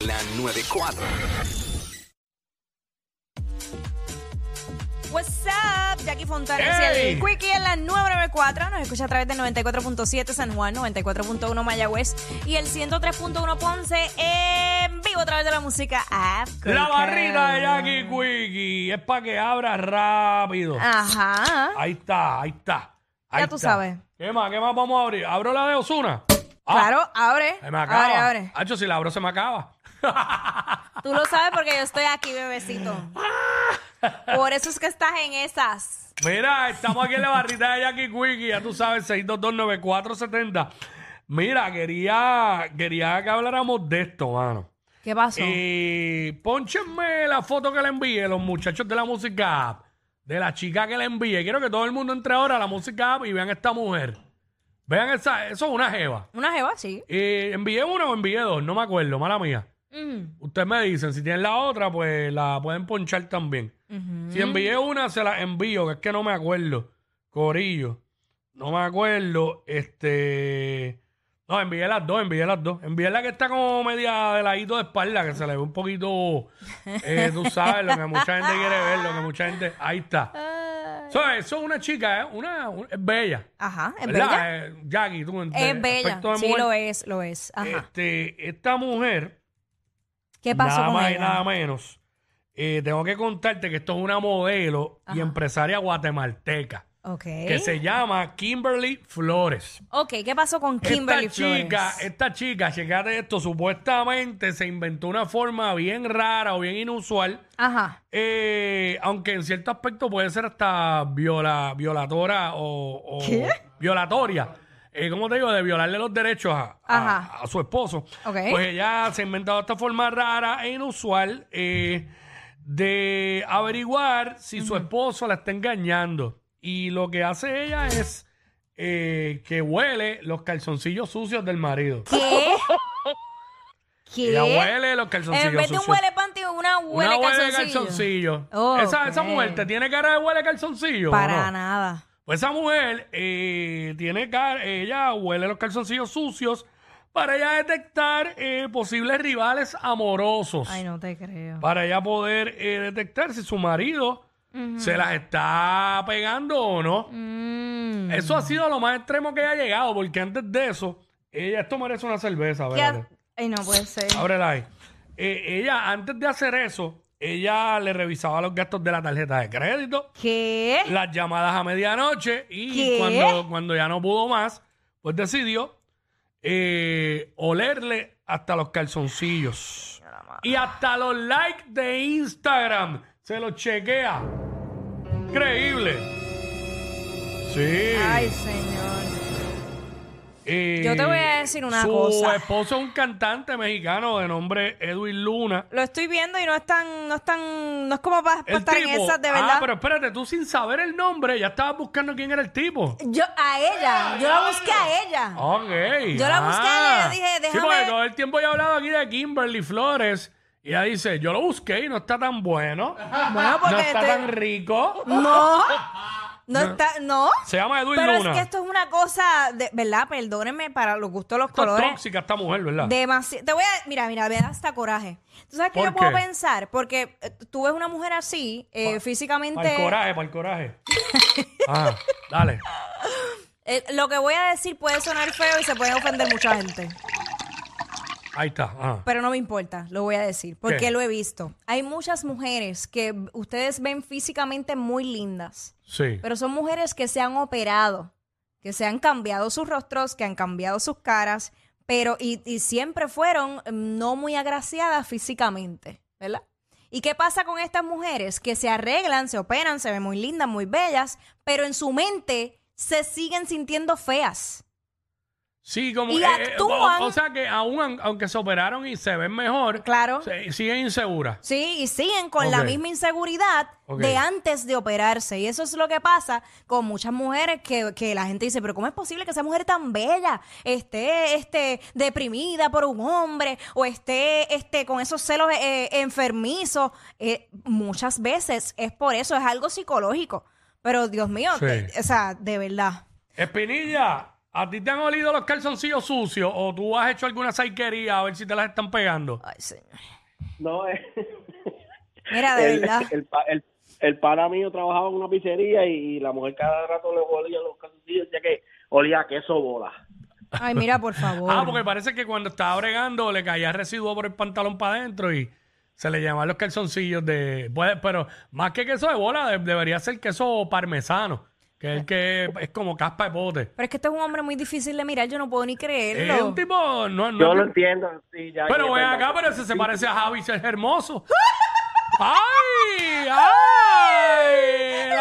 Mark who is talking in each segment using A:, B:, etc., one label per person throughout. A: La 94.
B: What's up, Jackie Fontanes
C: Hey.
B: y el Quickie en la 994. Nos escucha a través del 94.7 San Juan, 94.1 Mayagüez y el 103.1 Ponce en vivo a través de la música app.
C: La barrita
B: "Ah".
C: de Jackie Quickie es para que abra rápido.
B: Ajá.
C: Ahí está, ahí está. ahí
B: Ah. Ya tú
C: está.
B: sabes.
C: ¿Qué más? ¿Qué más vamos a abrir? ¿Abro la de Osuna?
B: Claro, abre.
C: Se me acaba.
B: Abre, abre.
C: Hacho, si la abro, se me acaba.
B: Tú lo sabes porque yo estoy aquí, bebecito.
C: Ah.
B: Por eso es que estás en esas.
C: Mira, estamos aquí en la barrita de Jackie Quickie, ya tú sabes, 6229470. Mira, quería, quería que habláramos de esto, mano.
B: ¿Qué pasó?
C: Y ponchenme la foto que le envié, los muchachos de la música app, de la chica que le envié. Quiero que todo el mundo entre ahora a la música app y vean esta mujer. Vean esa, eso es una jeva.
B: Una jeva, sí.
C: Eh, envié una o envié dos, no me acuerdo, mala mía.
B: Mm,
C: Ustedes me dicen, si tienen la otra, pues la pueden ponchar también.
B: ujú.
C: Si envié una, se la envío, que es que no me acuerdo. Corillo. No me acuerdo. Este. No, envié las dos, envié las dos. Envié la que está como media de ladito de espalda, que se le ve un poquito. eh, tú sabes, lo que mucha gente quiere ver, lo que mucha gente. Ahí está. So, eso es una chica, ¿eh? una, un- es bella.
B: Ajá, es
C: ¿verdad?
B: bella.
C: Eh, Jackie, tú entiendes.
B: Es bella.
C: aspecto de
B: Sí,
C: mujer.
B: lo es, lo es. Ajá.
C: Este, esta mujer.
B: ¿Qué pasó
C: Nada
B: con
C: más y
B: ella?
C: nada menos. Eh, tengo que contarte que esto es una modelo y empresaria guatemalteca
B: Ok.
C: que se llama Kimberly Flores.
B: Ok, ¿qué pasó con Kimberly
C: esta chica,
B: Flores?
C: esta chica, checate esto, supuestamente se inventó una forma bien rara o bien inusual,
B: Ajá.
C: eh, aunque en cierto aspecto puede ser hasta viola, violatora o, o
B: ¿Qué?
C: violatoria. Eh, ¿Cómo te digo? De violarle los derechos a, a-
B: Ajá.
C: a su esposo.
B: Ok.
C: Pues ella se ha inventado esta forma rara e inusual eh, de averiguar si su esposo la está engañando. Y lo que hace ella es eh, que huele los calzoncillos sucios del marido.
B: ¿Qué? ¿Qué?
C: Ella huele los calzoncillos
B: en vez de
C: sucios.
B: un huele panty, una huele
C: Una huele
B: calzoncillo.
C: calzoncillo.
B: Oh,
C: esa, esa
B: ok.
C: mujer te tiene cara de huele calzoncillo. o
B: Para
C: no?
B: nada.
C: Pues esa mujer eh, tiene car- ella huele los calzoncillos sucios para ella detectar eh, posibles rivales amorosos.
B: Ay, no te creo.
C: Para ella poder eh, detectar si su marido se las está pegando o no.
B: Mm.
C: Eso ha sido lo más extremo que ella ha llegado, porque antes de eso, ella esto merece una cerveza,
B: ¿Qué ha-
C: ¿verdad?
B: Ay, no puede ser.
C: Ábrela ahí. Eh, ella, antes de hacer eso, ella le revisaba los gastos de la tarjeta de crédito,
B: ¿Qué?
C: las llamadas a medianoche y
B: ¿Qué?
C: cuando, cuando ya no pudo más, pues decidió eh, olerle hasta los calzoncillos y hasta los likes de Instagram. Se los chequea. Increíble. Sí.
B: Ay, señor.
C: Eh,
B: yo te voy a decir una
C: su
B: cosa.
C: esposo es un cantante mexicano de nombre Edwin Luna.
B: Lo estoy viendo y no es tan, no es tan, no es como para,
C: El
B: estar en
C: tipo-
B: esas de
C: Ah,
B: verdad.
C: pero espérate, tú sin saber el nombre ya estabas buscando quién era el tipo.
B: Yo, a ella, yo la busqué a ella.
C: Ok.
B: Yo la busqué,
C: Ah.
B: le dije,
C: Sí,
B: déjame-
C: porque todo el tiempo yo he hablado aquí de Kimberly Flores. Y ella dice, yo lo busqué y no está tan bueno.
B: Bueno, porque
C: no está
B: este-
C: tan rico.
B: No, no está, no.
C: Se llama Edwin
B: Pero
C: Luna.
B: es que esto es una cosa, de, ¿verdad? Perdónenme para los gustos, los
C: Esto es
B: colores.
C: tóxica esta mujer, ¿verdad?
B: Demasiado. Te voy a. Mira, mira, me da hasta coraje. ¿Tú sabes qué
C: ¿Por
B: yo puedo
C: qué?
B: pensar? Porque eh, tú ves una mujer así, eh,
C: Para el
B: físicamente.
C: coraje, para el coraje. ah, dale.
B: eh, lo que voy a decir puede sonar feo y se puede ofender mucha gente.
C: Ahí está. Ah.
B: pero no me importa, lo voy a decir, porque
C: ¿Qué?
B: lo he visto. Hay muchas mujeres que ustedes ven físicamente muy lindas,
C: Sí.
B: pero son mujeres que se han operado, que se han cambiado sus rostros, que han cambiado sus caras, pero y, y siempre fueron mm, no muy agraciadas físicamente, ¿verdad? ¿Y qué pasa con estas mujeres que se arreglan, se operan, se ven muy lindas, muy bellas, pero en su mente se siguen sintiendo feas?
C: Sí, como
B: Y
C: eh, eh, o-
B: actúan.
C: o, sea que aún an- aunque se operaron y se ven mejor,
B: Claro.
C: se- siguen inseguras.
B: Sí, y siguen con la
C: Ok.
B: misma inseguridad
C: Ok.
B: de antes de operarse. Y eso es lo que pasa con muchas mujeres que, que la gente dice, pero ¿cómo es posible que esa mujer tan bella esté, esté deprimida por un hombre o esté, esté con esos celos eh, enfermizos? Eh, muchas veces es por eso, es algo psicológico. Pero Dios mío,
C: Sí.
B: eh, o sea, de verdad.
C: Espinilla, ¿a ti te han olido los calzoncillos sucios o tú has hecho alguna saiquería a ver si te las están pegando?
B: Ay, señor.
D: No, eh,
B: Mira, de
D: el,
B: verdad.
D: el, pa- el, el pana mío trabajaba en una pizzería y la mujer cada rato le olía los calzoncillos, ya que olía a queso bola.
B: Ay, mira, por favor.
C: Ah, porque parece que cuando estaba bregando le caía residuo por el pantalón para adentro y se le llamaban los calzoncillos de... puede- pero más que queso de bola, de- debería ser queso parmesano, que es el que es como caspa de pote.
B: Pero es que este es un hombre muy difícil de mirar, yo no puedo ni creerlo.
C: Es un tipo... No, no-
D: Yo lo entiendo, sí, ya que-
C: Pero ven acá, pero ese se parece a Javi, ese es hermoso. ¡Ay! ¡Ay! ¡El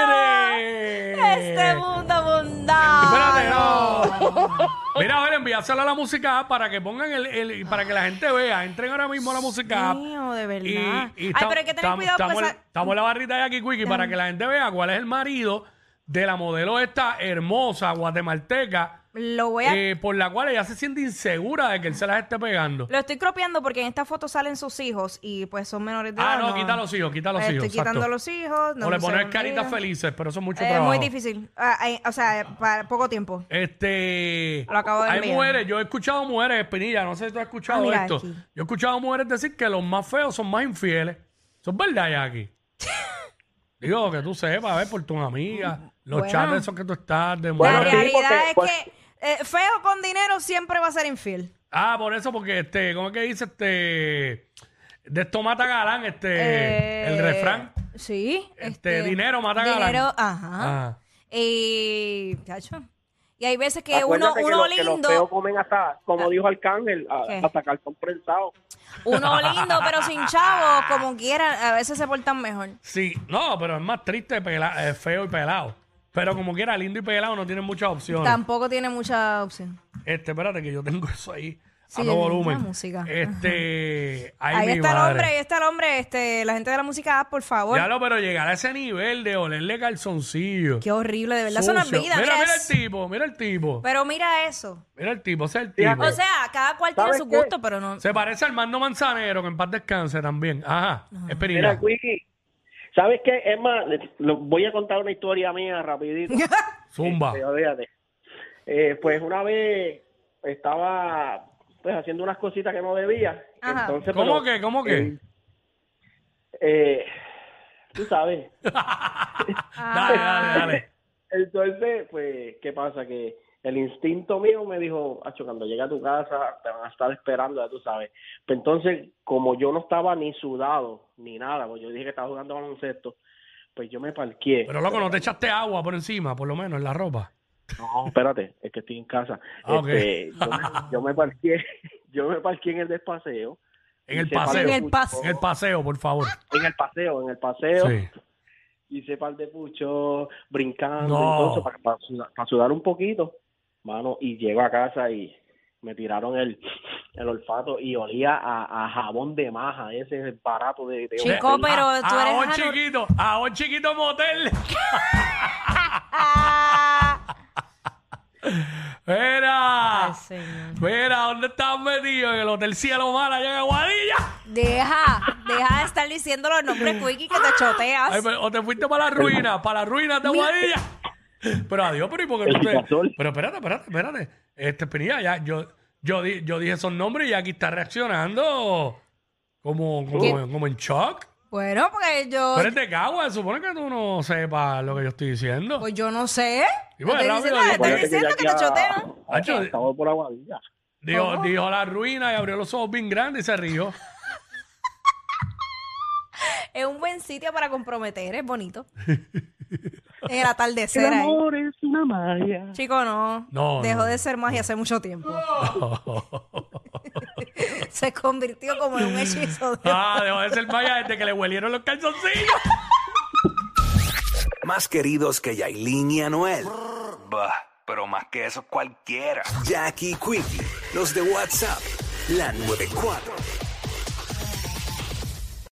C: arcoíris!
B: Este mundo abundante.
C: Espérate, no. Mira, a ver, envíasela a la música para que pongan el, el- para que la gente vea. Entren ahora mismo a la música.
B: Mío, de
C: Y,
B: verdad.
C: y
B: Ay,
C: tam-
B: pero hay que tener cuidado
C: tam-
B: pues,
C: estamos,
B: porque esa-
C: estamos en la barrita de aquí, Quickie, para que la gente vea cuál es el marido de la modelo esta hermosa guatemalteca,
B: lo voy a
C: eh, por la cual ella se siente insegura de que él se las esté pegando.
B: lo estoy cropeando porque en esta foto salen sus hijos y pues son menores de edad.
C: Ah, no, quita los hijos, quita los
B: Estoy
C: hijos.
B: Este, quitando
C: exacto.
B: a los hijos. No
C: o le
B: se
C: pones
B: me
C: caritas
B: olvida.
C: felices, pero eso es mucho
B: Eh,
C: trabajo.
B: muy difícil. Ah, eh, o sea, eh, para poco tiempo.
C: Este,
B: Lo acabo de
C: hay
B: enviar.
C: mujeres, yo he escuchado mujeres, Espinilla, no sé si tú
B: Ah,
C: has escuchado
B: mira
C: esto.
B: aquí.
C: Yo he escuchado mujeres decir que los más feos son más infieles. Eso es verdad, Jackie. Digo, que tú sepas, a ver, por tus amigas, los
B: Bueno.
C: chats esos que tú estás de
D: Bueno,
B: la
C: mujeres.
D: sí,
B: realidad
D: porque- pues-
B: es
D: porque-
B: que eh, feo con dinero siempre va a ser infiel.
C: Ah, por eso, porque este, ¿cómo es que dice este? De esto mata galán, este,
B: Eh,
C: el refrán.
B: Sí.
C: Este, dinero mata galán.
B: Dinero, ajá.
C: Ah.
B: Y, chacho. y hay veces que uno,
D: Acuérdate que
B: uno
D: los- que los
B: lindo. Ah.
D: feos comen hasta, como dijo Arcángel, a-
B: ¿Qué?
D: hasta calzón prensado.
B: Uno lindo, pero sin chavo, como quieran, a veces se portan mejor.
C: Sí, no, pero es más triste, pela- eh, feo y pelado. Pero como quiera, lindo y pelado no tienen muchas opciones.
B: Tampoco tiene mucha opción.
C: Este, espérate que yo tengo eso ahí
B: Sí,
C: a todo
B: la
C: volumen.
B: música.
C: Este, ahí,
B: ahí
C: mi
B: está el
C: madre.
B: hombre, ahí está el hombre, este, la gente de la música, ah, por favor.
C: Ya lo, pero llegar a ese nivel de olerle calzoncillo.
B: Qué horrible, de verdad, eso no es
C: sucio.
B: vida.
C: Mira,
B: mira
C: mira el
B: es-
C: tipo, mira el tipo.
B: Pero mira eso.
C: Mira el tipo, ese es el
D: Mira,
C: tipo.
B: O sea, cada cual tiene
D: ¿Sabes
B: su
D: qué?
B: gusto, pero no.
C: se parece a Armando Manzanero, que en paz descanse también. Ajá, espera.
D: Mira, Quickie, ¿sabes qué? Es más, le- lo- voy a contar una historia mía rapidito.
C: Zumba.
D: Pero fíjate, eh, pues una vez estaba pues haciendo unas cositas que no debía.
B: Ajá.
D: Entonces,
C: ¿Cómo
D: pero,
C: que, cómo que?
D: eh, eh, tú sabes.
B: Ah.
C: Dale, dale, dale.
D: Entonces, pues, ¿qué pasa? Que el instinto mío me dijo, Acho, cuando llegue a tu casa te van a estar esperando, ya tú sabes. Pero entonces, como yo no estaba ni sudado, ni nada, pues yo dije que estaba jugando baloncesto, pues yo me parqué.
C: Pero loco, no te echaste agua por encima, por lo menos en la ropa.
D: No, espérate, es que estoy en casa.
C: Ah, ok.
D: Este, yo, me, yo me parqué, yo me parqué en el despaseo.
C: En el
D: Hice par de
C: paseo.
B: En el paseo.
C: En el paseo, por favor.
D: En el paseo, en el paseo.
C: Sí.
D: Hice par de puchos, brincando,
C: No.
D: entonces, para, sudar, pa' sudar un poquito. Mano, y llego a casa y me tiraron el, el olfato y olía a, a jabón de maja, ese es el barato de... de
B: Chico, pues,
D: hotel.
B: pero tú
C: a
B: eres
C: un
B: anor-
C: chiquito, a un chiquito motel.
B: Ah,
C: Mira,
B: Ay, señor.
C: mira, ¿dónde estás metido? En el Hotel Cielo Mar, allá en Aguadilla.
B: Ah, Deja, deja de estar diciendo los nombres Quickie que te choteas.
C: Ay, pero- o te fuiste para la ruina, para la ruina de Aguadilla. Pero adiós, pero ¿y por qué tú
D: El
C: te-
D: picazol.
C: Pero espérate, espérate, espérate. Este, Pinilla, ya, yo, yo, di- yo dije esos nombres y aquí está reaccionando como, como, como en shock.
B: Bueno, porque yo,
C: Pero es de Cagua, se supone que tú no sepas lo que yo estoy diciendo.
B: pues yo no sé.
C: Y bueno,
B: Te dicen, "Ah,
C: rápido, yo-
B: te
D: Acuérdate
B: dicen
D: ya
B: lo que te
D: aquí a-
B: chotean.
D: a-
C: Acho,
D: estaba por Aguadilla.
C: Dijo,
B: ¿Cómo?
C: dijo la ruina y abrió los ojos bien grandes y se rió.
B: Es un buen sitio para comprometer, es bonito. en el atardecer
D: El
B: ahí.
D: amor es una magia.
B: Chico, no.
C: No,
B: Dejó
C: no.
B: de ser magia hace mucho tiempo. Se convirtió como en un hechizo de...
C: ah, dejó de ser maya desde que le huelieron los calzoncillos.
A: Más queridos que Yailin y Anuel. Bah, pero más que eso cualquiera. Jackie Quickie, los de WhatsApp, la 94.